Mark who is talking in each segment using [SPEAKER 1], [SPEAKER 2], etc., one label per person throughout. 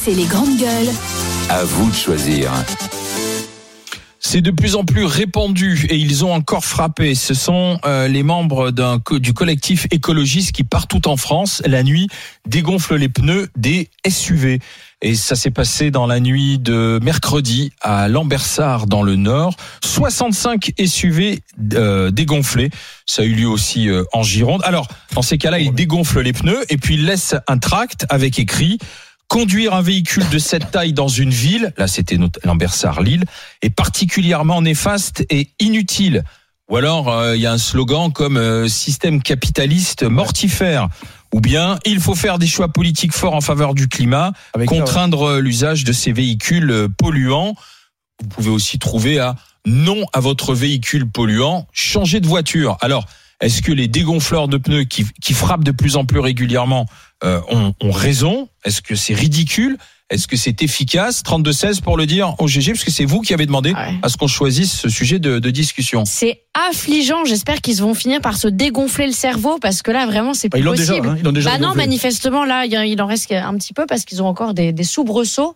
[SPEAKER 1] c'est les grandes gueules.
[SPEAKER 2] À vous de choisir.
[SPEAKER 3] C'est de plus en plus répandu et ils ont encore frappé. Ce sont euh, les membres d'un co- du collectif écologiste qui partout en France, la nuit, dégonflent les pneus des SUV. Et ça s'est passé dans la nuit de mercredi à Lambersart dans le Nord. 65 SUV euh, dégonflés. Ça a eu lieu aussi euh, en Gironde. Alors, dans ces cas-là, ils dégonflent les pneus et puis ils laissent un tract avec écrit Conduire un véhicule de cette taille dans une ville, là c'était notre- Lambersart-Lille, est particulièrement néfaste et inutile. Ou alors euh, il y a un slogan comme euh, système capitaliste mortifère. Ou bien il faut faire des choix politiques forts en faveur du climat,
[SPEAKER 4] Avec ça,
[SPEAKER 3] contraindre euh, l'usage de ces véhicules euh, polluants. Vous pouvez aussi trouver à non à votre véhicule polluant, changer de voiture. Alors, est-ce que les dégonfleurs de pneus qui, qui frappent de plus en plus régulièrement euh, ont, ont raison Est-ce que c'est ridicule Est-ce que c'est efficace 32-16 pour le dire au GG, parce que c'est vous qui avez demandé
[SPEAKER 4] Ah.
[SPEAKER 5] Ouais.
[SPEAKER 3] à ce qu'on choisisse ce sujet de, de discussion.
[SPEAKER 5] C'est affligeant. J'espère qu'ils vont finir par se dégonfler le cerveau parce que là, vraiment, c'est
[SPEAKER 4] Bah,
[SPEAKER 5] plus
[SPEAKER 4] ils l'ont déjà,
[SPEAKER 5] possible.
[SPEAKER 4] hein, ils l'ont déjà
[SPEAKER 5] bah non,
[SPEAKER 4] dégonflé.
[SPEAKER 5] manifestement, là, il y a- il en reste un petit peu parce qu'ils ont encore des, des soubresauts.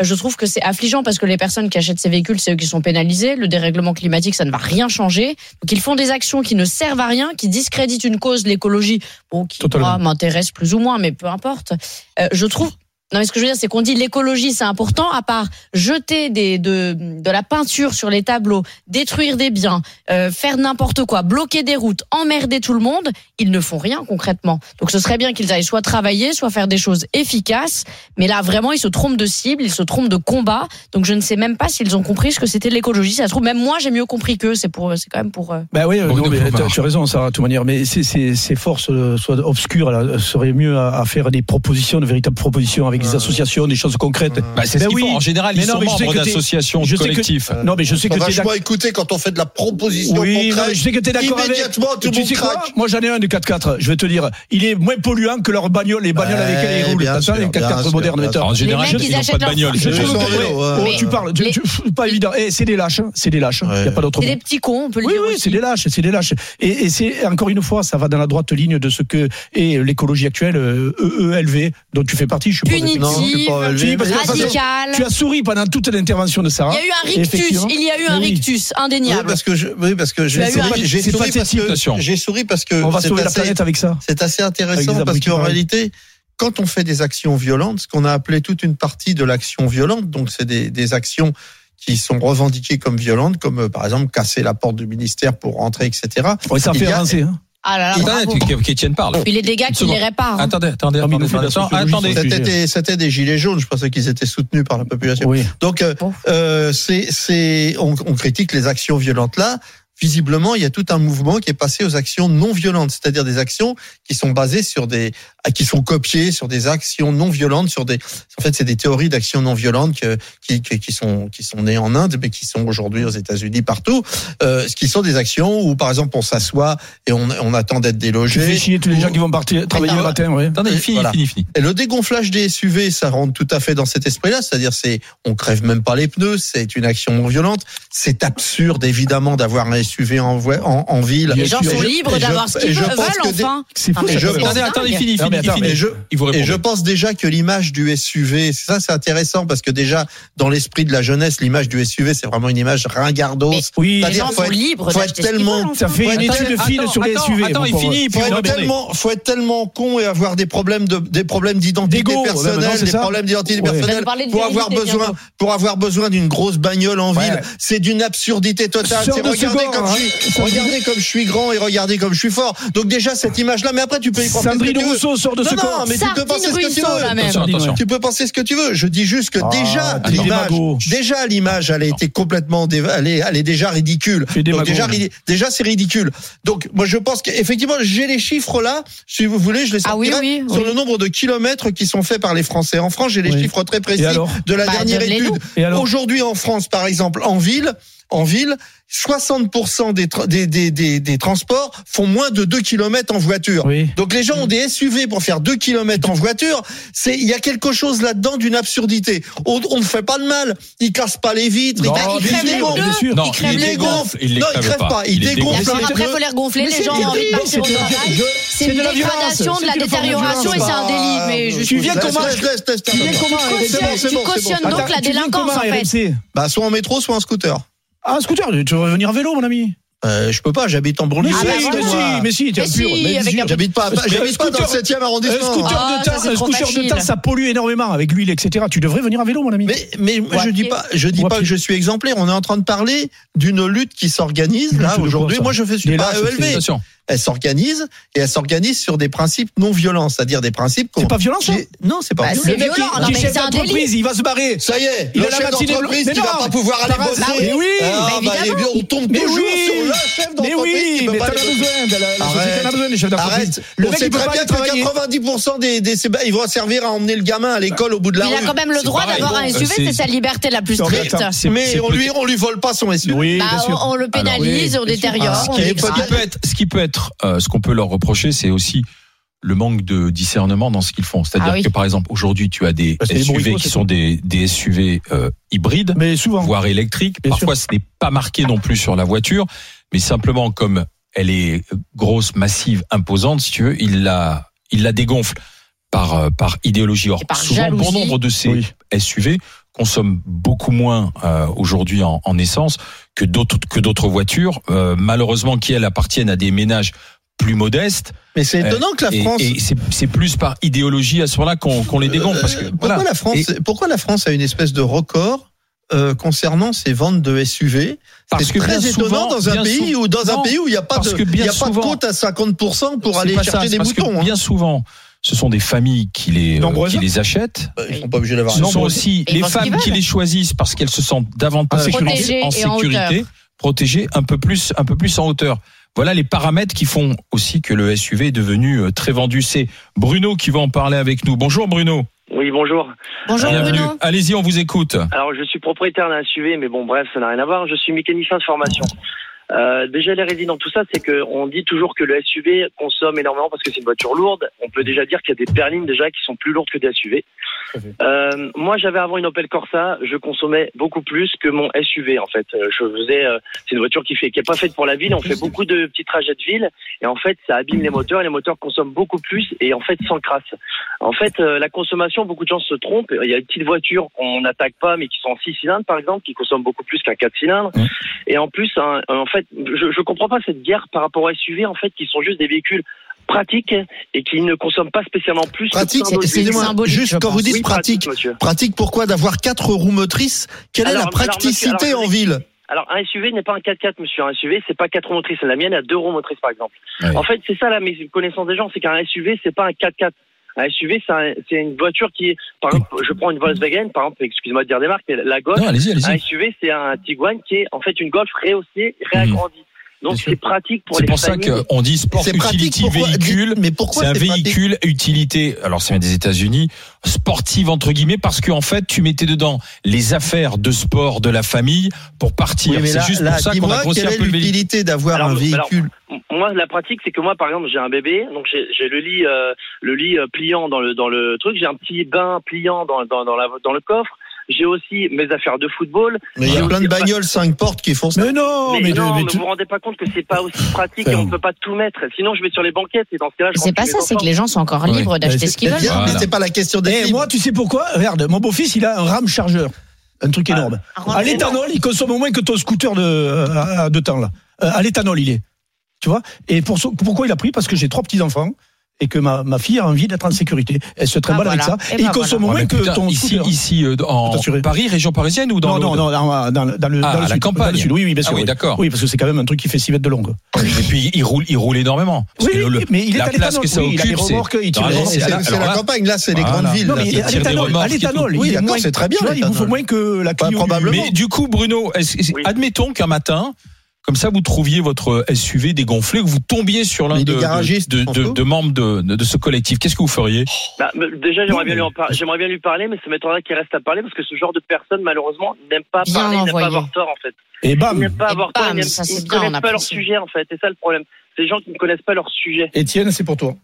[SPEAKER 5] Euh, Je trouve que c'est affligeant parce que les personnes qui achètent ces véhicules, c'est eux qui sont pénalisés. Le dérèglement climatique, ça ne va rien changer. Donc, ils font des actions qui ne servent à rien, qui discréditent une cause, l'écologie, bon, qui
[SPEAKER 4] Totalement.
[SPEAKER 5] moi, m'intéresse plus ou moins, mais peu importe. Euh, je trouve. Non, mais ce que je veux dire, c'est qu'on dit l'écologie, c'est important, à part jeter des, de, de la peinture sur les tableaux, détruire des biens, euh, faire n'importe quoi, bloquer des routes, emmerder tout le monde, ils ne font rien concrètement. Donc ce serait bien qu'ils aillent soit travailler, soit faire des choses efficaces, mais là vraiment ils se trompent de cible, ils se trompent de combat, donc je ne sais même pas s'ils ont compris ce que c'était de l'écologie, ça se trouve même moi j'ai mieux compris qu'eux, c'est pour c'est quand même pour... euh,
[SPEAKER 4] Bah oui, euh,
[SPEAKER 3] Bruno
[SPEAKER 4] non, mais
[SPEAKER 3] Clombard.
[SPEAKER 4] t'as- tu as raison, Sarah, de toute manière. Mais ces, ces, ces forces euh, soit obscures là, euh, seraient mieux à, à faire des propositions, de véritables propositions avec des associations, des choses concrètes.
[SPEAKER 3] Bah, c'est ce
[SPEAKER 4] Ben
[SPEAKER 3] qu'ils
[SPEAKER 4] oui.
[SPEAKER 3] font. En général,
[SPEAKER 4] Mais
[SPEAKER 3] ils
[SPEAKER 4] non,
[SPEAKER 3] sont
[SPEAKER 4] mais je sais
[SPEAKER 3] membres
[SPEAKER 4] que t'es-
[SPEAKER 3] d'associations, de
[SPEAKER 4] je sais que-
[SPEAKER 3] collectifs.
[SPEAKER 4] Non, mais je sais que
[SPEAKER 6] Faut
[SPEAKER 4] t'es
[SPEAKER 6] vachement
[SPEAKER 4] d'accord.
[SPEAKER 6] écouter quand on fait de la proposition
[SPEAKER 4] Oui, non,
[SPEAKER 6] concrète.
[SPEAKER 4] mais je sais que t'es d'accord avec.
[SPEAKER 6] Immédiatement, tout le
[SPEAKER 4] Tu
[SPEAKER 6] monde
[SPEAKER 4] sais quoi
[SPEAKER 6] craque.
[SPEAKER 4] Moi, j'en ai un de 4x4. Je vais te dire, il est moins polluant que leurs bagnoles, les bagnoles avec lesquelles
[SPEAKER 6] Ouais,
[SPEAKER 4] ils roulent.
[SPEAKER 6] bien
[SPEAKER 4] T'entends,
[SPEAKER 6] sûr,
[SPEAKER 4] les
[SPEAKER 6] bien
[SPEAKER 4] 4x4
[SPEAKER 6] sûr,
[SPEAKER 4] modernes.
[SPEAKER 6] bien
[SPEAKER 4] mais t'as-
[SPEAKER 3] En général,
[SPEAKER 5] mecs,
[SPEAKER 3] ils
[SPEAKER 5] ils
[SPEAKER 3] n'ont pas
[SPEAKER 5] achètent
[SPEAKER 3] de
[SPEAKER 5] leur-
[SPEAKER 3] bagnole.
[SPEAKER 4] Je
[SPEAKER 3] c'est
[SPEAKER 6] Ils
[SPEAKER 4] trouve
[SPEAKER 3] tout.
[SPEAKER 6] sont
[SPEAKER 4] que-
[SPEAKER 6] vélo,
[SPEAKER 4] ouais.
[SPEAKER 6] ouais.
[SPEAKER 4] Oh, tu parles, tu-
[SPEAKER 5] Mais-
[SPEAKER 4] tu- pas évident. Eh, c'est des lâches, hein, c'est des lâches. Il n'y a pas d'autre
[SPEAKER 5] C'est
[SPEAKER 4] mot.
[SPEAKER 5] des petits cons, on peut le
[SPEAKER 4] Oui,
[SPEAKER 5] dire
[SPEAKER 4] oui,
[SPEAKER 5] aussi.
[SPEAKER 4] c'est des lâches, c'est des lâches. Et, et c'est encore une fois, ça va dans la droite ligne de ce que est l'écologie actuelle, euh, EELV, dont tu fais partie. Je suis
[SPEAKER 5] Punitive,
[SPEAKER 4] pas- Si, parce que-
[SPEAKER 5] radicale.
[SPEAKER 4] Tu as souri pendant toute l'intervention de
[SPEAKER 5] Il
[SPEAKER 4] Sarah.
[SPEAKER 5] y a eu un rictus,
[SPEAKER 4] Effectivement.
[SPEAKER 5] il y a eu un
[SPEAKER 4] Mais oui.
[SPEAKER 5] rictus,
[SPEAKER 6] Oui,
[SPEAKER 5] indéniable.
[SPEAKER 6] parce que je, oui, parce que j'ai
[SPEAKER 5] as eu
[SPEAKER 6] souri,
[SPEAKER 5] un-
[SPEAKER 6] j'ai
[SPEAKER 4] C'est
[SPEAKER 6] souri parce
[SPEAKER 4] pathétique,
[SPEAKER 3] attention.
[SPEAKER 6] que j'ai souri parce que
[SPEAKER 4] On va
[SPEAKER 6] Euh, c'est
[SPEAKER 4] sauver la
[SPEAKER 6] assez-
[SPEAKER 4] planète avec ça.
[SPEAKER 6] C'est assez
[SPEAKER 4] Avec des
[SPEAKER 6] intéressant parce
[SPEAKER 4] abrutis,
[SPEAKER 6] qu'en
[SPEAKER 4] ouais.
[SPEAKER 6] réalité, quand on fait des actions violentes, ce qu'on a appelé toute une partie de l'action violente, donc c'est des, des actions qui sont revendiquées comme violentes, comme euh, par exemple casser la porte du ministère pour rentrer, etc.
[SPEAKER 4] Ouais, ça
[SPEAKER 6] Il y
[SPEAKER 4] fait
[SPEAKER 6] a-
[SPEAKER 4] avancer. hein.
[SPEAKER 5] Ah là là, bravo.
[SPEAKER 3] Attendez, qu'Étienne parle.
[SPEAKER 5] Puis les dégâts
[SPEAKER 3] Une
[SPEAKER 5] qui les
[SPEAKER 3] seconde.
[SPEAKER 5] réparent. hein.
[SPEAKER 3] Attendez, attendez,
[SPEAKER 4] Ah, mais
[SPEAKER 3] attendez,
[SPEAKER 4] il nous fait de la
[SPEAKER 3] attendez,
[SPEAKER 4] sociologie
[SPEAKER 3] attendez.
[SPEAKER 4] sur
[SPEAKER 6] C'était
[SPEAKER 4] sujet.
[SPEAKER 6] des, c'était des gilets jaunes, je pensais qu'ils étaient soutenus par la population.
[SPEAKER 4] Oui.
[SPEAKER 6] Donc, euh,
[SPEAKER 5] Bon.
[SPEAKER 6] euh, c'est, c'est, on, on critique les actions violentes là. Visiblement, il y a tout un mouvement qui est passé aux actions non violentes, c'est-à-dire des actions qui sont basées sur des, ah, qui sont copiées sur des actions non violentes, sur des, en fait, c'est des théories d'actions non violentes que- qui, qui, qui sont qui sont nées en Inde, mais qui sont aujourd'hui aux États-Unis partout, euh, ce qui sont des actions où, par exemple, on s'assoit et on, on attend d'être
[SPEAKER 4] Tu fais
[SPEAKER 6] délogé.
[SPEAKER 4] chier tous les gens qui vont partir travailler le matin. Ouais.
[SPEAKER 3] Attendez, fini,
[SPEAKER 6] Voilà.
[SPEAKER 3] fini, fini.
[SPEAKER 6] Et le dégonflage des SUV, ça rentre tout à fait dans cet esprit-là, c'est-à-dire c'est on crève même pas les pneus, c'est une action non violente, c'est absurde évidemment d'avoir un SUV en, voie- en, en ville.
[SPEAKER 5] Les gens
[SPEAKER 6] Et
[SPEAKER 5] sont
[SPEAKER 6] je-
[SPEAKER 5] libres
[SPEAKER 6] et je-
[SPEAKER 5] d'avoir ce
[SPEAKER 6] et
[SPEAKER 5] qu'ils
[SPEAKER 6] je
[SPEAKER 5] veulent,
[SPEAKER 6] pense que des-
[SPEAKER 5] enfin.
[SPEAKER 4] C'est fou.
[SPEAKER 5] Ah, mais
[SPEAKER 4] ça,
[SPEAKER 6] je-
[SPEAKER 4] quand même.
[SPEAKER 3] Attendez, attendez,
[SPEAKER 5] dingue.
[SPEAKER 3] fini,
[SPEAKER 4] Non, mais
[SPEAKER 3] fini,
[SPEAKER 4] attends,
[SPEAKER 3] fini.
[SPEAKER 6] Et je,
[SPEAKER 3] Il vous
[SPEAKER 6] et je
[SPEAKER 3] répond.
[SPEAKER 6] pense déjà que l'image du SUV, ça c'est intéressant parce que déjà dans l'esprit de la jeunesse, l'image du SUV c'est vraiment une image ringardos.
[SPEAKER 4] Oui,
[SPEAKER 5] Les
[SPEAKER 6] C'est-à-dire,
[SPEAKER 5] gens
[SPEAKER 6] faut
[SPEAKER 5] sont
[SPEAKER 6] être-
[SPEAKER 5] libres
[SPEAKER 6] faut être
[SPEAKER 5] d'acheter ce qu'ils
[SPEAKER 6] tellement-
[SPEAKER 5] veulent,
[SPEAKER 4] ça
[SPEAKER 5] enfin.
[SPEAKER 4] fait une
[SPEAKER 3] Attends,
[SPEAKER 4] étude de file
[SPEAKER 3] attends,
[SPEAKER 4] sur les
[SPEAKER 3] attends,
[SPEAKER 4] SUV.
[SPEAKER 3] attends,
[SPEAKER 4] mon
[SPEAKER 3] il
[SPEAKER 4] pauvre.
[SPEAKER 3] finit,
[SPEAKER 6] Faut
[SPEAKER 3] Non,
[SPEAKER 6] être
[SPEAKER 3] attendez.
[SPEAKER 6] tellement, faut être tellement con et avoir des problèmes de, des problèmes d'identité
[SPEAKER 4] D'ego, ouais,
[SPEAKER 6] personnelle,
[SPEAKER 4] maintenant, c'est
[SPEAKER 6] des
[SPEAKER 4] ça.
[SPEAKER 6] problèmes d'identité
[SPEAKER 4] Ouais.
[SPEAKER 5] On va
[SPEAKER 6] personnelle,
[SPEAKER 5] nous parler de
[SPEAKER 6] pour avoir
[SPEAKER 5] virilité
[SPEAKER 6] besoin,
[SPEAKER 5] bientôt.
[SPEAKER 6] pour avoir besoin d'une grosse bagnole en
[SPEAKER 4] Ouais.
[SPEAKER 6] ville. C'est d'une absurdité totale.
[SPEAKER 4] Sors
[SPEAKER 6] C'est
[SPEAKER 4] de ce
[SPEAKER 6] regardez
[SPEAKER 4] bord,
[SPEAKER 6] comme
[SPEAKER 4] hein.
[SPEAKER 6] je suis, regardez comme je suis grand et regardez comme je suis fort. Donc déjà, cette image-là, mais après, tu peux y penser. ce que
[SPEAKER 4] Sandrine
[SPEAKER 6] tu veux.
[SPEAKER 4] Rousseau sort de
[SPEAKER 6] Non,
[SPEAKER 4] ce
[SPEAKER 6] non,
[SPEAKER 4] corps.
[SPEAKER 6] mais tu peux
[SPEAKER 5] Sardine
[SPEAKER 6] penser ce que tu
[SPEAKER 5] Rousseau,
[SPEAKER 6] veux.
[SPEAKER 5] là, même.
[SPEAKER 3] Attention, attention.
[SPEAKER 6] Tu peux penser ce que tu veux. Je dis juste que
[SPEAKER 4] Ah,
[SPEAKER 6] déjà,
[SPEAKER 4] t'es
[SPEAKER 6] l'image,
[SPEAKER 4] démago.
[SPEAKER 6] déjà l'image, elle était complètement, déva- elle est, elle est déjà ridicule.
[SPEAKER 4] T'es démago.
[SPEAKER 6] Donc déjà, ridi- déjà c'est ridicule. Donc moi, je pense qu'effectivement, j'ai les chiffres là. Si vous voulez, je les
[SPEAKER 5] Ah oui,
[SPEAKER 6] sortirai
[SPEAKER 5] oui,
[SPEAKER 6] sur
[SPEAKER 5] oui.
[SPEAKER 6] le nombre de kilomètres qui sont faits par les Français. En France, j'ai les
[SPEAKER 4] Oui.
[SPEAKER 6] chiffres très
[SPEAKER 4] Et
[SPEAKER 6] précis
[SPEAKER 4] alors
[SPEAKER 6] de la
[SPEAKER 5] Bah,
[SPEAKER 6] dernière
[SPEAKER 5] donne-les-nous.
[SPEAKER 6] étude.
[SPEAKER 4] Et alors
[SPEAKER 6] Aujourd'hui, en France, par exemple, en ville. en ville, 60% des, tra- des, des, des, des transports font moins de 2 km en voiture.
[SPEAKER 4] Oui.
[SPEAKER 6] Donc les gens ont des SUV pour faire 2 km en voiture. C'est il y a quelque chose là-dedans d'une absurdité. On, on ne fait pas de mal. Ils cassent pas les vitres.
[SPEAKER 3] Non,
[SPEAKER 6] ils-
[SPEAKER 5] Bah, ils
[SPEAKER 6] ils
[SPEAKER 5] crèvent les
[SPEAKER 6] dégonflent.
[SPEAKER 5] pneus.
[SPEAKER 3] sûr. Non,
[SPEAKER 5] Ils crèvent
[SPEAKER 3] il
[SPEAKER 6] les
[SPEAKER 5] les
[SPEAKER 3] dégonfle.
[SPEAKER 5] pneus.
[SPEAKER 6] gonfle.
[SPEAKER 3] Il les
[SPEAKER 6] Non, ils
[SPEAKER 3] crève
[SPEAKER 6] crèvent
[SPEAKER 3] pas.
[SPEAKER 6] pas. Ils
[SPEAKER 3] Il les
[SPEAKER 6] dégonflent.
[SPEAKER 5] D'accord, Après, faut les regonfler.
[SPEAKER 4] Mais
[SPEAKER 5] Les
[SPEAKER 4] c'est
[SPEAKER 5] gens ont
[SPEAKER 4] des-
[SPEAKER 5] envie de partir au
[SPEAKER 4] c'est de la-
[SPEAKER 5] travail.
[SPEAKER 4] je-
[SPEAKER 5] C'est une
[SPEAKER 4] de la violence.
[SPEAKER 5] dégradation, de la
[SPEAKER 4] C'est une forme de
[SPEAKER 5] détérioration et
[SPEAKER 4] violence.
[SPEAKER 5] c'est un délit. Mais je
[SPEAKER 4] Tu viens
[SPEAKER 6] Laisse-
[SPEAKER 4] comment-
[SPEAKER 6] laisse- laisse- laisse-
[SPEAKER 4] tu viens
[SPEAKER 6] laisse-
[SPEAKER 4] comment-
[SPEAKER 6] C'est bon, c'est bon,
[SPEAKER 5] Tu
[SPEAKER 6] c'est bon.
[SPEAKER 5] cautionnes donc
[SPEAKER 4] Attends,
[SPEAKER 5] la
[SPEAKER 4] tu viens
[SPEAKER 5] délinquance,
[SPEAKER 4] comment,
[SPEAKER 5] en fait.
[SPEAKER 4] RMC
[SPEAKER 6] Bah, soit en métro, soit en scooter.
[SPEAKER 4] Ah, un scooter, tu veux revenir en vélo, mon ami
[SPEAKER 6] Euh, je peux pas, j'habite en
[SPEAKER 4] Mais
[SPEAKER 6] banlieue. Ah,
[SPEAKER 4] si,
[SPEAKER 5] bah
[SPEAKER 4] mais
[SPEAKER 5] voilà.
[SPEAKER 4] si, mais si, tu
[SPEAKER 5] Mais
[SPEAKER 4] es un pur.
[SPEAKER 5] si,
[SPEAKER 4] mais
[SPEAKER 5] avec
[SPEAKER 4] bien
[SPEAKER 5] un-
[SPEAKER 4] sûr.
[SPEAKER 6] J'habite pas,
[SPEAKER 4] Un
[SPEAKER 6] j'habite pas dans le
[SPEAKER 4] scooter-
[SPEAKER 6] 7e
[SPEAKER 4] Un
[SPEAKER 6] arrondissement.
[SPEAKER 4] scooter
[SPEAKER 5] Ah,
[SPEAKER 4] de
[SPEAKER 5] ça,
[SPEAKER 4] tas,
[SPEAKER 5] c'est
[SPEAKER 4] un
[SPEAKER 5] trop
[SPEAKER 4] scooter de
[SPEAKER 5] facile.
[SPEAKER 4] tas, ça pollue énormément avec l'huile, etc. Tu devrais venir en vélo, mon ami.
[SPEAKER 6] Mais, mais moi,
[SPEAKER 5] Ouais.
[SPEAKER 6] je dis pas, je dis
[SPEAKER 4] Ouais,
[SPEAKER 6] pas que
[SPEAKER 4] puis-
[SPEAKER 6] je suis exemplaire. On est en train de parler d'une lutte qui s'organise
[SPEAKER 4] Lutte de
[SPEAKER 6] là
[SPEAKER 4] quoi,
[SPEAKER 6] aujourd'hui.
[SPEAKER 4] ça
[SPEAKER 6] Moi, je ne suis
[SPEAKER 4] Les
[SPEAKER 6] pas
[SPEAKER 3] Ah,
[SPEAKER 4] lâches,
[SPEAKER 6] ELV.
[SPEAKER 3] Attention.
[SPEAKER 6] Elle s'organise et elle s'organise sur des principes non violents, c'est-à-dire des principes qu'on-
[SPEAKER 4] c'est pas violent, ça
[SPEAKER 6] qui- Non, c'est pas.
[SPEAKER 5] Bah,
[SPEAKER 6] violent.
[SPEAKER 5] c'est
[SPEAKER 4] Le mec qui-
[SPEAKER 5] violent, non,
[SPEAKER 4] qui
[SPEAKER 5] mais
[SPEAKER 4] est chef
[SPEAKER 5] c'est un
[SPEAKER 4] d'entreprise, il va se barrer.
[SPEAKER 6] Ça y est,
[SPEAKER 4] Il
[SPEAKER 6] le
[SPEAKER 4] a la
[SPEAKER 6] chef
[SPEAKER 4] matinée
[SPEAKER 6] d'entreprise
[SPEAKER 4] blo-
[SPEAKER 6] qui
[SPEAKER 4] Mais
[SPEAKER 6] va
[SPEAKER 4] non,
[SPEAKER 6] pas pouvoir aller
[SPEAKER 4] t'as bossé.
[SPEAKER 6] bosser.
[SPEAKER 4] Bah, Mais oui,
[SPEAKER 6] Ah,
[SPEAKER 5] mais
[SPEAKER 6] bah, eh bien, on tombe
[SPEAKER 4] Mais
[SPEAKER 6] toujours
[SPEAKER 4] oui.
[SPEAKER 6] sur le chef
[SPEAKER 4] Mais
[SPEAKER 6] d'entreprise qui
[SPEAKER 4] oui,
[SPEAKER 6] peut
[SPEAKER 4] mais
[SPEAKER 6] pas
[SPEAKER 4] t'en
[SPEAKER 6] aller
[SPEAKER 4] as
[SPEAKER 6] bosser.
[SPEAKER 4] besoin. de La, la société
[SPEAKER 6] Arrête.
[SPEAKER 4] en a besoin des chefs d'entreprise.
[SPEAKER 6] Arrête.
[SPEAKER 4] Le
[SPEAKER 6] On
[SPEAKER 4] mec,
[SPEAKER 6] sait
[SPEAKER 4] il peut
[SPEAKER 6] très
[SPEAKER 4] pas
[SPEAKER 6] bien
[SPEAKER 4] aller
[SPEAKER 6] que
[SPEAKER 4] travailler.
[SPEAKER 6] 90% des, des, CBA, ils vont servir à emmener le gamin à l'école
[SPEAKER 4] Bah,
[SPEAKER 6] au bout de la
[SPEAKER 5] Il a
[SPEAKER 6] rue.
[SPEAKER 5] quand même le
[SPEAKER 3] C'est
[SPEAKER 5] droit
[SPEAKER 3] pareil,
[SPEAKER 5] d'avoir un
[SPEAKER 3] bon,
[SPEAKER 5] SUV,
[SPEAKER 3] c'est-
[SPEAKER 5] c'est sa liberté la plus
[SPEAKER 4] Non, mais
[SPEAKER 5] stricte.
[SPEAKER 4] attends,
[SPEAKER 3] c'est-
[SPEAKER 6] Mais
[SPEAKER 3] c'est
[SPEAKER 6] on lui, on lui vole pas son SUV.
[SPEAKER 4] Oui,
[SPEAKER 5] Bah,
[SPEAKER 4] bien sûr.
[SPEAKER 5] on, on le pénalise,
[SPEAKER 4] Alors,
[SPEAKER 5] on
[SPEAKER 4] oui,
[SPEAKER 5] détériore,
[SPEAKER 6] bien sûr.
[SPEAKER 5] on
[SPEAKER 6] Ah, ce qui est
[SPEAKER 3] Ce qui
[SPEAKER 5] dégrade.
[SPEAKER 3] peut être, ce qui peut être, euh, ce qu'on peut leur reprocher, c'est aussi le manque de discernement dans ce qu'ils font. C'est-à-dire
[SPEAKER 5] Ah oui.
[SPEAKER 3] que par exemple, aujourd'hui, tu as des
[SPEAKER 4] Parce que les
[SPEAKER 3] SUV
[SPEAKER 4] bourricots,
[SPEAKER 3] qui
[SPEAKER 4] c'est
[SPEAKER 3] sont des, des SUV euh, hybrides,
[SPEAKER 4] Mais souvent.
[SPEAKER 3] voire électriques.
[SPEAKER 4] Bien
[SPEAKER 3] Parfois, ce n'est pas marqué non plus sur la voiture, mais simplement comme elle est grosse, massive, imposante, si tu veux, il la, il la dégonfle par euh, par idéologie. Or,
[SPEAKER 5] Et par
[SPEAKER 3] souvent, bon
[SPEAKER 5] jalousie.
[SPEAKER 3] nombre de ces
[SPEAKER 4] Oui.
[SPEAKER 3] SUV consomment beaucoup moins euh, aujourd'hui en, en essence que d'autres que d'autres voitures, euh, malheureusement qui elles appartiennent à des ménages plus modestes.
[SPEAKER 6] Mais c'est étonnant que la
[SPEAKER 3] Et-
[SPEAKER 6] France.
[SPEAKER 3] Et, c'est- c'est plus par idéologie à ce moment-là qu'on qu'on les dégonfle parce que
[SPEAKER 6] Euh, pourquoi
[SPEAKER 3] voilà.
[SPEAKER 6] la France Pourquoi la France a une espèce de record euh, concernant ses ventes de SUV
[SPEAKER 3] Parce
[SPEAKER 6] C'est
[SPEAKER 3] que
[SPEAKER 6] très
[SPEAKER 3] bien
[SPEAKER 6] étonnant
[SPEAKER 3] souvent-
[SPEAKER 6] dans un
[SPEAKER 3] bien
[SPEAKER 6] pays
[SPEAKER 3] sou-
[SPEAKER 6] où dans
[SPEAKER 3] Non,
[SPEAKER 6] un pays où il n'y a pas
[SPEAKER 3] parce
[SPEAKER 6] de
[SPEAKER 3] que bien
[SPEAKER 6] il y a pas de
[SPEAKER 3] souvent-
[SPEAKER 6] cote à 50% pour
[SPEAKER 3] c'est
[SPEAKER 6] aller
[SPEAKER 3] pas
[SPEAKER 6] chercher
[SPEAKER 3] ça, c'est
[SPEAKER 6] des
[SPEAKER 3] parce que
[SPEAKER 6] moutons. hein.
[SPEAKER 3] bien souvent, ce sont des familles qui les euh,
[SPEAKER 4] Nombreuses.
[SPEAKER 3] qui les achètent.
[SPEAKER 6] Bah, Ils sont pas obligés d'avoir.
[SPEAKER 3] Ce
[SPEAKER 6] un
[SPEAKER 3] sont
[SPEAKER 6] SUV.
[SPEAKER 3] aussi
[SPEAKER 5] Et ils
[SPEAKER 3] les
[SPEAKER 5] font ce
[SPEAKER 3] femmes
[SPEAKER 5] qu'ils
[SPEAKER 3] qui
[SPEAKER 5] veulent.
[SPEAKER 3] les choisissent parce qu'elles se sentent davantage
[SPEAKER 4] En sécurité.
[SPEAKER 5] Protégées
[SPEAKER 3] en
[SPEAKER 5] et en
[SPEAKER 3] sécurité, protégées un peu plus, un peu plus en hauteur. Voilà les paramètres qui font aussi que le SUV est devenu euh, très vendu. C'est Bruno qui va en parler avec nous. Bonjour Bruno.
[SPEAKER 1] Oui, bonjour.
[SPEAKER 5] Bonjour
[SPEAKER 3] Bienvenue.
[SPEAKER 5] Bruno.
[SPEAKER 3] Allez-y, on vous écoute.
[SPEAKER 1] Alors, je suis propriétaire d'un SUV, mais bon, bref, ça n'a rien à voir. Je suis mécanicien de formation. Euh, déjà, l'hérésie dans tout ça, c'est qu'on dit toujours que le SUV consomme énormément parce que c'est une voiture lourde. On peut déjà dire qu'il y a des berlines déjà qui sont plus lourdes que des SUV.
[SPEAKER 4] à fait.
[SPEAKER 1] Euh, moi, j'avais avant une Opel Corsa, je consommais beaucoup plus que mon SUV en fait. Euh, Je faisais, euh, c'est une voiture qui fait, qui est pas faite pour la ville. On fait beaucoup de petits trajets de ville et en fait, ça abîme les moteurs. et Les moteurs consomment beaucoup plus et en fait, sans crasse. En fait, euh, la consommation, beaucoup de gens se trompent. Il y a des petites voitures qu'on n'attaque pas, mais qui sont en 6 cylindres, par exemple, qui consomment beaucoup plus qu'un 4 cylindres.
[SPEAKER 3] Mmh.
[SPEAKER 1] Et en plus, hein, en fait, je, je comprends pas cette guerre par rapport aux SUV, en fait, qui sont juste des véhicules pratiques et qui ne consomment pas spécialement plus. que
[SPEAKER 6] Pratique,
[SPEAKER 1] plein d'autres
[SPEAKER 5] c'est une
[SPEAKER 1] véhicules.
[SPEAKER 6] excusez-moi,
[SPEAKER 5] symbolique, je
[SPEAKER 6] juste quand
[SPEAKER 5] pense.
[SPEAKER 6] vous dites
[SPEAKER 1] Oui,
[SPEAKER 6] pratique,
[SPEAKER 1] monsieur.
[SPEAKER 6] pratique pourquoi d'avoir quatre roues motrices Quelle est
[SPEAKER 1] Alors,
[SPEAKER 6] la
[SPEAKER 1] alors, monsieur, alors,
[SPEAKER 6] praticité
[SPEAKER 1] je
[SPEAKER 6] en
[SPEAKER 1] vous
[SPEAKER 6] ville
[SPEAKER 1] Alors, un SUV n'est pas un 4x4, monsieur. Un SUV, c'est pas quatre roues motrices. La mienne a deux roues motrices, par exemple.
[SPEAKER 3] Ouais.
[SPEAKER 1] En fait, c'est ça la connaissance des gens, c'est qu'un SUV, c'est pas un 4x4. Un SUV, c'est un- c'est une voiture qui est, par exemple, je prends une Volkswagen, par exemple, excusez-moi de dire des marques, mais la Golf,
[SPEAKER 3] Non, allez-y,
[SPEAKER 1] un
[SPEAKER 3] allez-y.
[SPEAKER 1] SUV, c'est un Tiguan qui est en fait une Golf réhaussée, réagrandie. Donc
[SPEAKER 3] Bien sûr.
[SPEAKER 1] c'est pratique pour
[SPEAKER 3] C'est
[SPEAKER 1] les
[SPEAKER 3] pour ça
[SPEAKER 1] familles.
[SPEAKER 3] qu'on dit sport
[SPEAKER 6] C'est pratique
[SPEAKER 3] utility
[SPEAKER 6] pourquoi
[SPEAKER 3] véhicule.
[SPEAKER 6] Mais pourquoi
[SPEAKER 3] C'est un
[SPEAKER 6] pratique
[SPEAKER 3] véhicule utilité, alors ça vient des États-Unis, sportive entre guillemets, parce qu'en fait tu mettais dedans les affaires de sport de la famille pour partir.
[SPEAKER 6] Oui, mais
[SPEAKER 3] c'est
[SPEAKER 6] là,
[SPEAKER 3] juste
[SPEAKER 6] là,
[SPEAKER 3] pour ça qu'on a
[SPEAKER 6] dis-moi
[SPEAKER 3] grossi
[SPEAKER 6] quelle
[SPEAKER 3] un
[SPEAKER 6] est
[SPEAKER 3] peu le véhicule.
[SPEAKER 6] l'utilité d'avoir
[SPEAKER 1] Alors,
[SPEAKER 6] un
[SPEAKER 1] alors,
[SPEAKER 6] véhicule
[SPEAKER 1] M- Moi, la pratique, c'est que moi, par exemple, j'ai un bébé, donc j'ai j'ai le lit, euh, le lit euh, pliant dans le dans le truc. J'ai un petit bain pliant dans dans dans, la- dans le coffre. J'ai aussi mes affaires de football.
[SPEAKER 6] Mais Ah, il y a
[SPEAKER 1] voilà.
[SPEAKER 6] plein de bagnoles 5 portes qui font ça.
[SPEAKER 4] Mais non, mais,
[SPEAKER 1] Oh, mais, non,
[SPEAKER 4] mais
[SPEAKER 1] mais
[SPEAKER 4] tu-
[SPEAKER 1] vous vous rendez pas compte que c'est pas aussi pratique et
[SPEAKER 4] Ferme.
[SPEAKER 1] on ne peut pas tout mettre. Sinon, je vais sur les banquettes et dans ce cas-là, je
[SPEAKER 5] C'est
[SPEAKER 1] rentre
[SPEAKER 5] pas
[SPEAKER 1] chez
[SPEAKER 5] ça,
[SPEAKER 1] mes
[SPEAKER 5] c'est que
[SPEAKER 1] enfants.
[SPEAKER 5] les gens sont encore
[SPEAKER 3] Ouais.
[SPEAKER 5] libres
[SPEAKER 4] Bah,
[SPEAKER 5] d'acheter
[SPEAKER 6] Mais
[SPEAKER 5] ce qu'ils
[SPEAKER 6] c'est
[SPEAKER 5] veulent.
[SPEAKER 6] bien, mais
[SPEAKER 3] Voilà.
[SPEAKER 6] c'est pas la question
[SPEAKER 4] Eh,
[SPEAKER 6] des films.
[SPEAKER 4] moi, tu sais pourquoi Regarde, mon beau-fils, il a un RAM chargeur. Un truc énorme. à l'éthanol, il consomme au moins que ton scooter de, euh, à- à deux temps, là. Euh, à l'éthanol, il est. Tu vois Et pour, ce- pourquoi il a pris Parce que j'ai trois petits-enfants et que ma, ma fille a envie d'être en sécurité. Elle se trimballe
[SPEAKER 5] Ah, voilà.
[SPEAKER 4] avec ça.
[SPEAKER 5] Eh
[SPEAKER 4] Et il
[SPEAKER 5] ben,
[SPEAKER 4] consomme
[SPEAKER 3] Ouais,
[SPEAKER 4] au moins
[SPEAKER 3] mais
[SPEAKER 4] que
[SPEAKER 3] putain,
[SPEAKER 4] ton
[SPEAKER 3] ici,
[SPEAKER 4] scooter.
[SPEAKER 3] ici euh, en
[SPEAKER 4] Faut t'assurer.
[SPEAKER 3] Paris, région parisienne ou dans
[SPEAKER 4] non, non,
[SPEAKER 3] l'Aude
[SPEAKER 4] non, dans, dans le, dans le
[SPEAKER 3] Ah, à la
[SPEAKER 4] sud.
[SPEAKER 3] campagne.
[SPEAKER 4] Dans le sud, oui, oui, bien
[SPEAKER 3] Ah
[SPEAKER 4] sûr.
[SPEAKER 3] oui, d'accord.
[SPEAKER 4] Oui, parce que c'est quand même un truc qui fait 6 mètres de long. quoi.
[SPEAKER 3] Et puis il roule, il roule énormément. Parce
[SPEAKER 4] Oui,
[SPEAKER 3] que le-
[SPEAKER 4] mais il est
[SPEAKER 3] la
[SPEAKER 4] à
[SPEAKER 3] place
[SPEAKER 4] l'éthanol.
[SPEAKER 3] que ça
[SPEAKER 4] oui, il a des
[SPEAKER 3] occupe, c'est-
[SPEAKER 4] remorques, euh, il tire
[SPEAKER 3] Ah,
[SPEAKER 4] les-
[SPEAKER 3] non,
[SPEAKER 6] C'est
[SPEAKER 3] c'est- alors
[SPEAKER 6] c'est la
[SPEAKER 3] là-
[SPEAKER 6] campagne, là, c'est les
[SPEAKER 3] Voilà.
[SPEAKER 6] grandes villes.
[SPEAKER 4] Non,
[SPEAKER 6] là,
[SPEAKER 4] mais il
[SPEAKER 3] il
[SPEAKER 4] est
[SPEAKER 6] c'est-
[SPEAKER 4] à
[SPEAKER 3] tire des
[SPEAKER 4] l'éthanol,
[SPEAKER 3] remorques
[SPEAKER 4] à
[SPEAKER 3] et tout.
[SPEAKER 4] l'éthanol.
[SPEAKER 6] Oui,
[SPEAKER 4] il est
[SPEAKER 6] d'accord,
[SPEAKER 4] moins-
[SPEAKER 6] c'est très bien,
[SPEAKER 4] tu vois, Il vous faut
[SPEAKER 6] l'éthanol.
[SPEAKER 4] moins que la
[SPEAKER 6] Bah,
[SPEAKER 4] Clio.
[SPEAKER 6] probablement.
[SPEAKER 3] Mais du coup, Bruno, est-ce- est-ce-
[SPEAKER 1] Oui.
[SPEAKER 3] admettons qu'un matin, Comme ça, vous trouviez votre SUV dégonflé, que vous tombiez sur l'un
[SPEAKER 6] Mais
[SPEAKER 3] de,
[SPEAKER 6] les
[SPEAKER 3] de,
[SPEAKER 6] garagistes
[SPEAKER 3] de,
[SPEAKER 6] sont
[SPEAKER 3] de-
[SPEAKER 6] fous.
[SPEAKER 3] de membres de, de- de ce collectif. Qu'est-ce que vous feriez
[SPEAKER 1] Bah, me- déjà,
[SPEAKER 3] Non,
[SPEAKER 1] j'aimerais bien,
[SPEAKER 3] mais-
[SPEAKER 1] lui en par- j'aimerais bien lui parler, mais ça m'étonnerait qu'il reste à parler parce que ce genre de personne, malheureusement, n'aime pas
[SPEAKER 5] Bien
[SPEAKER 1] parler, n'aime
[SPEAKER 5] envoyé.
[SPEAKER 1] pas avoir tort, en fait.
[SPEAKER 4] Et
[SPEAKER 6] Ah,
[SPEAKER 1] Ils
[SPEAKER 4] bam
[SPEAKER 1] n'aiment pas
[SPEAKER 5] Et
[SPEAKER 1] avoir
[SPEAKER 5] bam,
[SPEAKER 1] tort, ils n'aiment-
[SPEAKER 5] ça, c'est
[SPEAKER 1] ils
[SPEAKER 5] bien,
[SPEAKER 1] ne
[SPEAKER 5] on
[SPEAKER 1] connaissent pas leur
[SPEAKER 5] apprécie.
[SPEAKER 1] sujet, en fait. C'est ça le problème. C'est les gens qui ne connaissent pas leur sujet.
[SPEAKER 4] Étienne, c'est pour toi.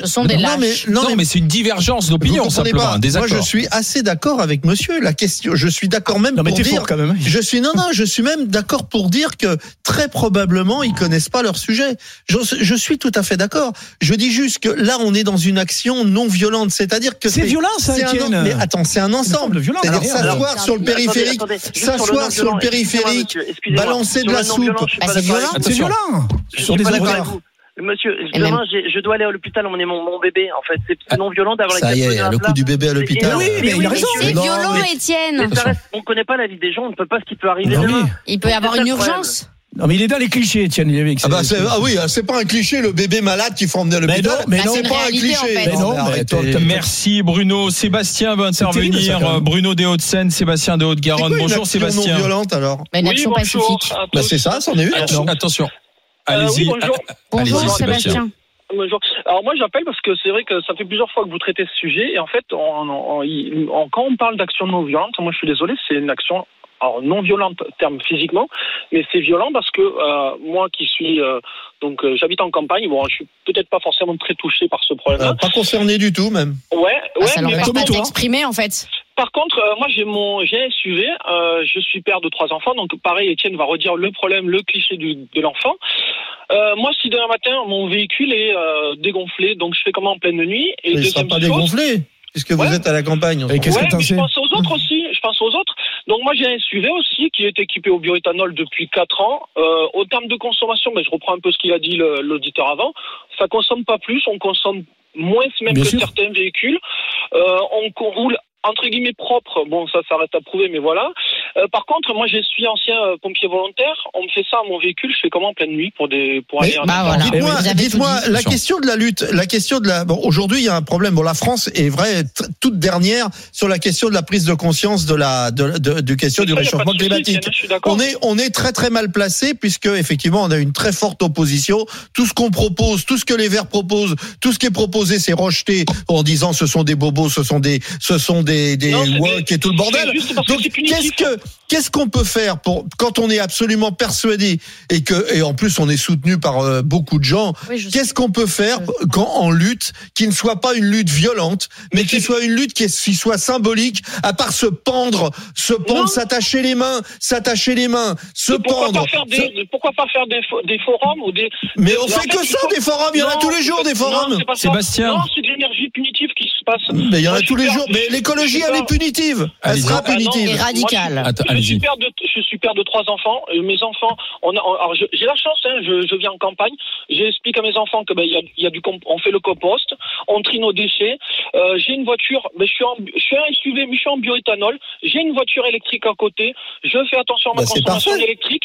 [SPEAKER 5] Ce sont des
[SPEAKER 6] non, mais,
[SPEAKER 5] lâches.
[SPEAKER 6] non,
[SPEAKER 3] Non,
[SPEAKER 6] mais
[SPEAKER 3] mais c'est une divergence
[SPEAKER 6] vous
[SPEAKER 3] d'opinion,
[SPEAKER 6] comprenez
[SPEAKER 3] simplement,
[SPEAKER 6] pas.
[SPEAKER 3] un désaccord.
[SPEAKER 6] Moi, je suis assez d'accord avec monsieur. La question, je suis d'accord même
[SPEAKER 4] Non, mais
[SPEAKER 6] pour
[SPEAKER 4] t'es
[SPEAKER 6] dire.
[SPEAKER 4] fort quand même. hein.
[SPEAKER 6] Je suis non non, je suis même d'accord pour dire que très probablement ils connaissent pas leur sujet. Je, je suis tout à fait d'accord. Je dis juste que là on est dans une action non violente, c'est-à-dire que
[SPEAKER 4] C'est violent, ça,
[SPEAKER 6] c'est un en-
[SPEAKER 4] Étienne.
[SPEAKER 6] mais attends, c'est un
[SPEAKER 4] C'est une forme
[SPEAKER 6] ensemble.
[SPEAKER 4] de violence
[SPEAKER 6] C'est-à-dire
[SPEAKER 4] derrière.
[SPEAKER 6] s'asseoir sur le
[SPEAKER 5] Mais
[SPEAKER 1] Attendez,
[SPEAKER 6] périphérique,
[SPEAKER 1] attendez, juste
[SPEAKER 6] s'asseoir
[SPEAKER 1] le
[SPEAKER 6] sur le
[SPEAKER 1] non-violent, excusez-moi,
[SPEAKER 6] périphérique,
[SPEAKER 1] monsieur, excusez-moi.
[SPEAKER 6] balancer de
[SPEAKER 1] Sur
[SPEAKER 6] la
[SPEAKER 1] le non-violent,
[SPEAKER 6] soupe.
[SPEAKER 1] je suis
[SPEAKER 5] Ah,
[SPEAKER 1] pas
[SPEAKER 5] c'est
[SPEAKER 1] d'accord avec
[SPEAKER 5] violent. Eh,
[SPEAKER 1] vous.
[SPEAKER 3] Attention.
[SPEAKER 4] C'est violent.
[SPEAKER 1] Je
[SPEAKER 4] Sur
[SPEAKER 1] suis
[SPEAKER 4] des
[SPEAKER 1] pas d'accord
[SPEAKER 4] ouvriers.
[SPEAKER 1] avec vous. Monsieur,
[SPEAKER 5] Et
[SPEAKER 1] demain, j'ai- je dois aller à l'hôpital emmener mon, mon bébé. En fait, c'est c'est non violent d'avoir la capote à plat.
[SPEAKER 6] bébé à
[SPEAKER 1] l'hôpital.
[SPEAKER 4] Oui, mais
[SPEAKER 1] Mais
[SPEAKER 4] il a
[SPEAKER 1] oui,
[SPEAKER 4] raison.
[SPEAKER 5] C'est
[SPEAKER 6] Non,
[SPEAKER 5] violent,
[SPEAKER 6] mais-
[SPEAKER 5] Étienne.
[SPEAKER 1] Mais ça reste- on ne connaît pas la vie des gens, on ne peut pas ce qui peut arriver
[SPEAKER 4] Non,
[SPEAKER 1] demain.
[SPEAKER 4] mais-
[SPEAKER 5] Il peut y
[SPEAKER 1] C'est
[SPEAKER 5] avoir
[SPEAKER 1] ça
[SPEAKER 5] une
[SPEAKER 1] le problème.
[SPEAKER 5] urgence.
[SPEAKER 4] Non, mais il est dans les clichés, Étienne. Il est avec
[SPEAKER 6] Ah bah
[SPEAKER 4] ses-
[SPEAKER 6] c'est ah oui, c'est pas un cliché le bébé malade qu'il faut emmener à
[SPEAKER 4] Mais
[SPEAKER 6] l'hôpital.
[SPEAKER 4] non, mais
[SPEAKER 5] Bah,
[SPEAKER 4] non.
[SPEAKER 5] c'est une
[SPEAKER 6] pas un
[SPEAKER 5] réalité,
[SPEAKER 6] cliché.
[SPEAKER 5] en fait.
[SPEAKER 4] Mais non, mais
[SPEAKER 6] arrêtez.
[SPEAKER 4] toi, t'as-
[SPEAKER 3] Merci Bruno. Sébastien va intervenir.
[SPEAKER 4] terrible, ça, quand même.
[SPEAKER 3] Bruno des Hauts-de-Seine, Sébastien des
[SPEAKER 6] C'est quoi
[SPEAKER 3] Hautes-Garonne.
[SPEAKER 6] une
[SPEAKER 3] Bonjour
[SPEAKER 6] action
[SPEAKER 3] Sébastien.
[SPEAKER 6] Non violente alors.
[SPEAKER 5] Mais une action pacifique.
[SPEAKER 1] à
[SPEAKER 6] Bah
[SPEAKER 1] tous.
[SPEAKER 6] c'est ça, c'en est une.
[SPEAKER 3] Attention,
[SPEAKER 6] alors.
[SPEAKER 3] attention.
[SPEAKER 1] Euh, oui,
[SPEAKER 3] Allez-y. Ah,
[SPEAKER 1] bonjour.
[SPEAKER 5] Bonjour
[SPEAKER 3] Allez-y, Sébastien.
[SPEAKER 5] Sébastien.
[SPEAKER 1] Bonjour. Alors moi j'appelle parce que c'est vrai que ça fait plusieurs fois que vous traitez ce sujet et en fait on, on- il- on- quand on parle d'action non violente, moi je suis désolé, c'est une action alors non violente terme physiquement, mais c'est violent parce que euh, moi qui suis euh, donc euh, j'habite en campagne, bon je suis peut-être pas forcément très touché par ce
[SPEAKER 6] Euh,
[SPEAKER 1] problème-là.
[SPEAKER 6] Pas concerné du tout même.
[SPEAKER 1] Ouais,
[SPEAKER 5] Ah,
[SPEAKER 1] ouais.
[SPEAKER 5] Ça
[SPEAKER 1] mais
[SPEAKER 5] n'empêche
[SPEAKER 4] comme
[SPEAKER 5] pas de
[SPEAKER 4] toi.
[SPEAKER 5] t'exprimer, en fait.
[SPEAKER 1] par contre, euh, moi j'ai mon j'ai un SUV, euh, je suis père de trois enfants, donc pareil, Étienne va redire le problème, le cliché du- de l'enfant. Euh, moi, si demain matin mon véhicule est euh, dégonflé, donc je fais comment en pleine nuit Et
[SPEAKER 6] Il sera
[SPEAKER 1] deuxième
[SPEAKER 6] pas
[SPEAKER 1] chose,
[SPEAKER 6] dégonflé puisque vous
[SPEAKER 1] Ouais.
[SPEAKER 6] êtes à la campagne. on
[SPEAKER 4] Et
[SPEAKER 6] s'en
[SPEAKER 4] qu'est-ce
[SPEAKER 1] ouais,
[SPEAKER 4] que t'en
[SPEAKER 1] mais je
[SPEAKER 4] sais
[SPEAKER 1] pense aux autres aussi. Je pense aux autres. Donc moi j'ai un SUV aussi qui est équipé au bioéthanol depuis 4 ans. Euh, au terme de consommation, ben, je reprends un peu ce qu'il a dit le- l'auditeur avant. Ça consomme pas plus, on consomme moins même
[SPEAKER 4] Bien
[SPEAKER 1] que
[SPEAKER 4] sûr.
[SPEAKER 1] certains véhicules. Euh, on, co- roule entre guillemets propre. Bon ça ça reste à prouver, mais voilà. Euh, par contre, moi je suis ancien euh, pompier volontaire. On me fait ça à mon véhicule. Je fais comment en pleine nuit pour des pour
[SPEAKER 6] Mais-
[SPEAKER 1] aller en
[SPEAKER 5] Bah voilà.
[SPEAKER 4] Eh oui,
[SPEAKER 6] Dites-moi,
[SPEAKER 5] vous avez
[SPEAKER 6] dites-moi,
[SPEAKER 5] tout
[SPEAKER 6] la
[SPEAKER 3] Attention.
[SPEAKER 6] question de la lutte, la question de la. Bon, aujourd'hui, il y a un problème. Bon, la France est vraie t- toute dernière sur la question de la prise de conscience de la de, de- du question du
[SPEAKER 1] Ça, y a pas de
[SPEAKER 6] réchauffement
[SPEAKER 1] souci,
[SPEAKER 6] climatique.
[SPEAKER 1] Étienne, je suis d'accord.
[SPEAKER 6] On est on est très très mal placé puisque effectivement on a une très forte opposition. Tout ce qu'on propose, tout ce que les Verts proposent, tout ce qui est proposé, c'est rejeté en disant ce sont des bobos, ce sont des ce sont des des
[SPEAKER 1] Non, c'est
[SPEAKER 6] woke
[SPEAKER 1] des-
[SPEAKER 6] et tout le bordel.
[SPEAKER 1] c'est juste parce que
[SPEAKER 6] Donc
[SPEAKER 1] c'est punitif.
[SPEAKER 6] qu'est-ce que qu'est-ce qu'on peut faire pour quand on est absolument persuadé et que et en plus on est soutenu par euh, beaucoup de gens
[SPEAKER 5] Oui, je sais.
[SPEAKER 6] Qu'est-ce qu'on peut faire
[SPEAKER 5] Je sais.
[SPEAKER 6] quand en lutte qui ne soit pas une lutte violente, mais qui soit une lutte qui, est- qui soit symbolique, à part se pendre, se
[SPEAKER 1] Non.
[SPEAKER 6] pendre, s'attacher les mains, s'attacher les mains, se
[SPEAKER 1] Et pourquoi
[SPEAKER 6] pendre.
[SPEAKER 1] pas faire
[SPEAKER 6] se-
[SPEAKER 1] des, pourquoi pas faire des, fo- des forums ou des
[SPEAKER 6] Mais on
[SPEAKER 1] Mais en
[SPEAKER 6] fait
[SPEAKER 1] fait,
[SPEAKER 6] que
[SPEAKER 1] il
[SPEAKER 6] ça
[SPEAKER 1] faut-
[SPEAKER 6] des forums, Ah, il y en a
[SPEAKER 1] Non,
[SPEAKER 6] tous les jours
[SPEAKER 1] c'est
[SPEAKER 6] des
[SPEAKER 1] pas-
[SPEAKER 6] forums.
[SPEAKER 1] non, c'est pas ça.
[SPEAKER 3] Sébastien.
[SPEAKER 1] Non, c'est de l'énergie punitive qui se passe.
[SPEAKER 6] Mais il y en
[SPEAKER 1] Moi,
[SPEAKER 6] a
[SPEAKER 1] je
[SPEAKER 6] tous
[SPEAKER 1] suis
[SPEAKER 6] les
[SPEAKER 1] père-
[SPEAKER 6] jours. Mais
[SPEAKER 1] je- je
[SPEAKER 6] l'écologie,
[SPEAKER 1] sais
[SPEAKER 6] elle
[SPEAKER 1] pas.
[SPEAKER 6] est punitive. Elle
[SPEAKER 3] Allez-y.
[SPEAKER 6] sera
[SPEAKER 1] Ah non,
[SPEAKER 6] punitive.
[SPEAKER 5] Et radical.
[SPEAKER 3] Attends,
[SPEAKER 1] Je
[SPEAKER 3] allez-y.
[SPEAKER 1] suis, père de, je suis père de trois enfants. Euh, Mes enfants, on a, alors je- j'ai la chance, hein, je, je vis en campagne. J'explique à mes enfants que ben il y a, il y a du, comp- on fait le compost, on trie nos déchets. Euh, j'ai une voiture, mais je suis, en, je suis un SUV, mais je suis en bioéthanol. J'ai une voiture électrique à côté. Je fais attention à ma
[SPEAKER 6] Ben, c'est
[SPEAKER 1] consommation
[SPEAKER 6] parfait.
[SPEAKER 1] électrique.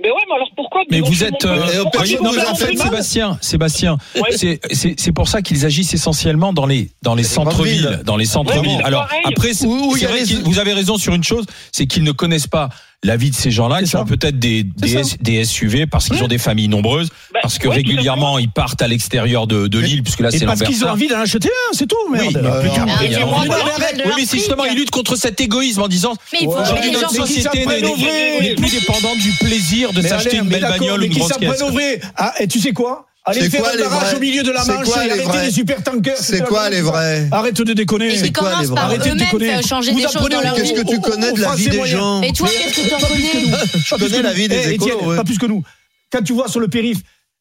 [SPEAKER 1] Mais ouais, mais alors pourquoi
[SPEAKER 3] Bah, Mais vous
[SPEAKER 1] dénoncer
[SPEAKER 3] êtes.
[SPEAKER 1] mon-
[SPEAKER 3] euh,
[SPEAKER 6] Mais on
[SPEAKER 1] pourquoi
[SPEAKER 6] peut
[SPEAKER 1] dénoncer
[SPEAKER 6] dire
[SPEAKER 3] non,
[SPEAKER 6] nous
[SPEAKER 3] mais
[SPEAKER 1] mon
[SPEAKER 6] en
[SPEAKER 3] en fait,
[SPEAKER 6] fait mal.
[SPEAKER 3] Sébastien, Sébastien,
[SPEAKER 1] Ouais.
[SPEAKER 3] c'est- c'est c'est pour ça qu'ils agissent essentiellement dans les dans les
[SPEAKER 6] Les grandes
[SPEAKER 3] centres-villes,
[SPEAKER 6] villes.
[SPEAKER 3] dans les
[SPEAKER 1] Ouais,
[SPEAKER 3] centres-villes.
[SPEAKER 1] mais
[SPEAKER 3] Alors
[SPEAKER 1] pareil.
[SPEAKER 3] après, c'est
[SPEAKER 6] Où- où il y
[SPEAKER 3] c'est
[SPEAKER 6] a
[SPEAKER 3] vrai
[SPEAKER 6] les-
[SPEAKER 3] qu'ils- vous avez raison sur une chose, c'est qu'ils ne connaissent pas la vie de ces gens-là,
[SPEAKER 4] C'est
[SPEAKER 3] qui
[SPEAKER 4] ça.
[SPEAKER 3] sont peut-être des des,
[SPEAKER 4] C'est
[SPEAKER 3] S- des SUV parce qu'ils
[SPEAKER 6] Ouais.
[SPEAKER 3] ont des familles nombreuses,
[SPEAKER 1] Bah,
[SPEAKER 3] euh, parce que
[SPEAKER 1] ouais, tout à fait.
[SPEAKER 3] régulièrement ils partent à l'extérieur de, de
[SPEAKER 6] Mais-
[SPEAKER 3] l'île, puisque là
[SPEAKER 4] Et
[SPEAKER 3] c'est
[SPEAKER 4] parce
[SPEAKER 3] l'envers.
[SPEAKER 4] qu'ils ont envie d'en acheter un, c'est tout,
[SPEAKER 3] Oui,
[SPEAKER 4] merde.
[SPEAKER 3] mais
[SPEAKER 4] Euh,
[SPEAKER 6] plus qu'un.
[SPEAKER 4] mais
[SPEAKER 3] Il y a
[SPEAKER 5] Ils ont
[SPEAKER 3] l'envie.
[SPEAKER 5] envie d'avoir
[SPEAKER 4] arrête.
[SPEAKER 5] de
[SPEAKER 3] Oui,
[SPEAKER 5] leur
[SPEAKER 3] mais c'est
[SPEAKER 5] fric.
[SPEAKER 3] justement, ils luttent contre cet égoïsme en disant
[SPEAKER 5] Mais il faut
[SPEAKER 4] Ouais.
[SPEAKER 5] que
[SPEAKER 3] Aujourd'hui,
[SPEAKER 5] les gens
[SPEAKER 3] notre
[SPEAKER 4] Mais qui
[SPEAKER 3] société
[SPEAKER 4] s'apprennent
[SPEAKER 3] n'est
[SPEAKER 4] au vrai.
[SPEAKER 3] n'est plus dépendante du plaisir de
[SPEAKER 4] Mais
[SPEAKER 3] s'acheter
[SPEAKER 4] Alain,
[SPEAKER 3] une
[SPEAKER 4] mais
[SPEAKER 3] belle
[SPEAKER 4] d'accord,
[SPEAKER 3] bagnole ou
[SPEAKER 4] mais
[SPEAKER 3] une
[SPEAKER 4] qui
[SPEAKER 3] grosse
[SPEAKER 4] s'apprennent
[SPEAKER 3] caisse.
[SPEAKER 4] au vrai Ah, et tu sais quoi Allez
[SPEAKER 6] C'est
[SPEAKER 4] faire
[SPEAKER 6] quoi,
[SPEAKER 4] un
[SPEAKER 6] les
[SPEAKER 4] barrage
[SPEAKER 6] vrais
[SPEAKER 4] au milieu de la
[SPEAKER 6] C'est
[SPEAKER 4] Manche
[SPEAKER 6] quoi,
[SPEAKER 4] et
[SPEAKER 6] les
[SPEAKER 4] arrêtez
[SPEAKER 6] vrais
[SPEAKER 4] les super tankers.
[SPEAKER 6] C'est quoi les vrais
[SPEAKER 4] Arrête de déconner.
[SPEAKER 5] Et
[SPEAKER 6] C'est
[SPEAKER 5] qui
[SPEAKER 6] quoi,
[SPEAKER 5] commencent
[SPEAKER 6] les
[SPEAKER 5] par
[SPEAKER 6] vrais
[SPEAKER 4] Arrêtez de
[SPEAKER 5] eux-mêmes
[SPEAKER 4] déconner.
[SPEAKER 5] faire changer
[SPEAKER 4] Vous
[SPEAKER 5] des choses
[SPEAKER 4] apprenez
[SPEAKER 5] dans
[SPEAKER 4] au-
[SPEAKER 5] leur
[SPEAKER 6] Qu'est-ce
[SPEAKER 5] vie.
[SPEAKER 6] que tu
[SPEAKER 4] Aux-
[SPEAKER 6] connais
[SPEAKER 4] aux
[SPEAKER 6] de la
[SPEAKER 4] Français
[SPEAKER 6] vie des
[SPEAKER 4] moyens.
[SPEAKER 6] gens
[SPEAKER 5] Et toi, qu'est-ce que t'en connais
[SPEAKER 6] Je connais la vie des
[SPEAKER 4] Eh, Étienne,
[SPEAKER 6] écolos. ouais.
[SPEAKER 4] Pas plus que nous. Quand tu vois sur le périph.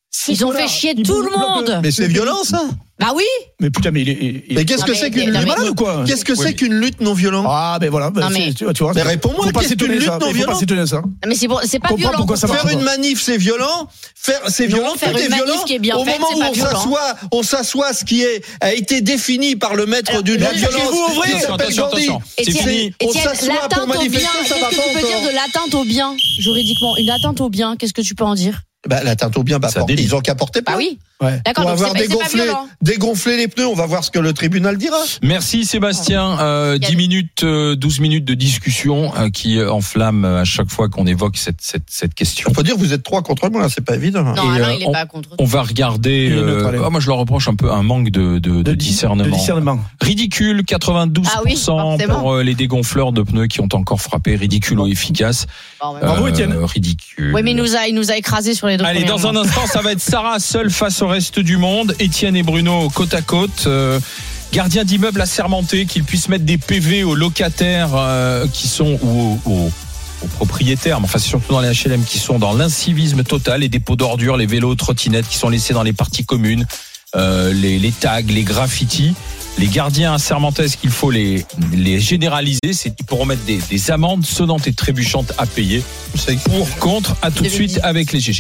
[SPEAKER 4] six
[SPEAKER 5] Ils ont
[SPEAKER 4] connards
[SPEAKER 5] fait chier
[SPEAKER 4] qui
[SPEAKER 5] tout le
[SPEAKER 4] bouffent bloquent-
[SPEAKER 5] monde.
[SPEAKER 6] Mais c'est violent ça.
[SPEAKER 5] Bah oui
[SPEAKER 4] Mais putain, mais il est. il
[SPEAKER 6] Mais
[SPEAKER 4] est-
[SPEAKER 6] qu'est-ce
[SPEAKER 5] Non,
[SPEAKER 6] que
[SPEAKER 5] mais-
[SPEAKER 6] c'est qu'une
[SPEAKER 5] non, mais-
[SPEAKER 6] lutte
[SPEAKER 4] malade ou quoi
[SPEAKER 6] Qu'est-ce que
[SPEAKER 3] Oui, mais-
[SPEAKER 6] c'est qu'une lutte non violente
[SPEAKER 4] Ah, ben voilà. ben,
[SPEAKER 5] Non, mais-
[SPEAKER 4] c'est- tu tu vois.
[SPEAKER 6] Mais
[SPEAKER 4] c'est-
[SPEAKER 6] réponds-moi,
[SPEAKER 4] Faut pas
[SPEAKER 6] qu'est-ce
[SPEAKER 4] s'étonner,
[SPEAKER 6] qu'une
[SPEAKER 4] ça.
[SPEAKER 6] lutte non
[SPEAKER 4] Faut pas
[SPEAKER 6] violente
[SPEAKER 4] s'étonner, ça.
[SPEAKER 5] Non, mais c'est bon, c'est pas
[SPEAKER 4] Comprends
[SPEAKER 5] violent.
[SPEAKER 4] pourquoi ça marche
[SPEAKER 6] Faire
[SPEAKER 4] pas.
[SPEAKER 6] une manif, c'est violent. Faire, c'est
[SPEAKER 5] Non,
[SPEAKER 6] violent.
[SPEAKER 5] faire
[SPEAKER 6] tout
[SPEAKER 5] une
[SPEAKER 6] est
[SPEAKER 5] manif
[SPEAKER 6] violent.
[SPEAKER 5] qui est bien
[SPEAKER 6] Au
[SPEAKER 5] faite,
[SPEAKER 6] moment
[SPEAKER 5] c'est
[SPEAKER 6] où
[SPEAKER 5] pas
[SPEAKER 6] on
[SPEAKER 5] violent.
[SPEAKER 6] s'assoit, on s'assoit ce qui est, a été défini par le maître
[SPEAKER 5] Alors,
[SPEAKER 6] d'une
[SPEAKER 5] là,
[SPEAKER 6] autre violence.
[SPEAKER 4] vous ouvrez,
[SPEAKER 6] qui
[SPEAKER 3] Attention,
[SPEAKER 6] s'appelle
[SPEAKER 3] attention,
[SPEAKER 6] Gandhi.
[SPEAKER 3] attention. C'est
[SPEAKER 5] Étienne,
[SPEAKER 3] fini.
[SPEAKER 6] On
[SPEAKER 5] Étienne,
[SPEAKER 6] s'assoit pour
[SPEAKER 5] l'atteinte au
[SPEAKER 6] manifester,
[SPEAKER 5] bien,
[SPEAKER 6] ça
[SPEAKER 5] qu'est-ce
[SPEAKER 6] va
[SPEAKER 5] que
[SPEAKER 6] pas
[SPEAKER 5] tu peux
[SPEAKER 6] encore.
[SPEAKER 5] dire de l'atteinte au bien, juridiquement Une atteinte au bien, qu'est-ce que tu peux en dire
[SPEAKER 6] Bah, la teinte au bien, bah,
[SPEAKER 3] Ça
[SPEAKER 6] porte-
[SPEAKER 3] délite.
[SPEAKER 6] ils ont qu'à porter
[SPEAKER 5] Bah
[SPEAKER 6] plainte.
[SPEAKER 5] oui
[SPEAKER 4] Ouais.
[SPEAKER 5] D'accord,
[SPEAKER 6] Pour
[SPEAKER 5] donc c'est
[SPEAKER 6] avoir
[SPEAKER 5] pas- c'est pas
[SPEAKER 6] dégonflé,
[SPEAKER 5] violent.
[SPEAKER 6] dégonflé les les pneus, on va voir ce que le tribunal dira.
[SPEAKER 3] Merci Sébastien. Euh, 10 minutes, euh, 12 minutes de discussion euh, qui enflamme euh, à chaque fois qu'on évoque cette, cette, cette question.
[SPEAKER 6] On peut dire vous êtes trois contre moi, là, c'est pas évident. hein.
[SPEAKER 5] Non,
[SPEAKER 3] Et,
[SPEAKER 5] Alain,
[SPEAKER 3] euh,
[SPEAKER 5] il est
[SPEAKER 3] on-
[SPEAKER 5] pas contre
[SPEAKER 3] On va regarder.
[SPEAKER 4] Il est neutre,
[SPEAKER 3] euh,
[SPEAKER 4] allez.
[SPEAKER 3] ah, moi, je leur reproche un peu un manque de, de, de
[SPEAKER 4] De dis-
[SPEAKER 3] discernement.
[SPEAKER 4] De discernement.
[SPEAKER 3] Ridicule, 92%
[SPEAKER 5] Ah oui, forcément.
[SPEAKER 3] pour euh, les dégonfleurs de pneus qui ont encore frappé. Ridicule ou efficace.
[SPEAKER 5] toi, en même temps.
[SPEAKER 4] Bravo,
[SPEAKER 3] Euh,
[SPEAKER 4] Étienne.
[SPEAKER 3] Ridicule.
[SPEAKER 5] Oui, mais il nous a, il nous a écrasé sur les deux.
[SPEAKER 3] euh, Allez, dans un instant, ça va être Sarah seule face au reste du monde. Étienne et Bruno côte à côte. Euh, gardien d'immeuble assermenté, qu'ils puissent mettre des PV aux locataires euh, qui sont ou aux, aux- aux propriétaires, mais enfin c'est surtout dans les HLM qui sont dans l'incivisme total, les dépôts d'ordures, les vélos, trottinettes qui sont laissés dans les parties communes, euh, les, les tags, les graffitis. Les gardiens assermentés, est-ce qu'il faut les, les généraliser C'est qu'ils pourront mettre des, des amendes sonnantes et trébuchantes à payer. Pour, contre, à tout de suite avec les GG.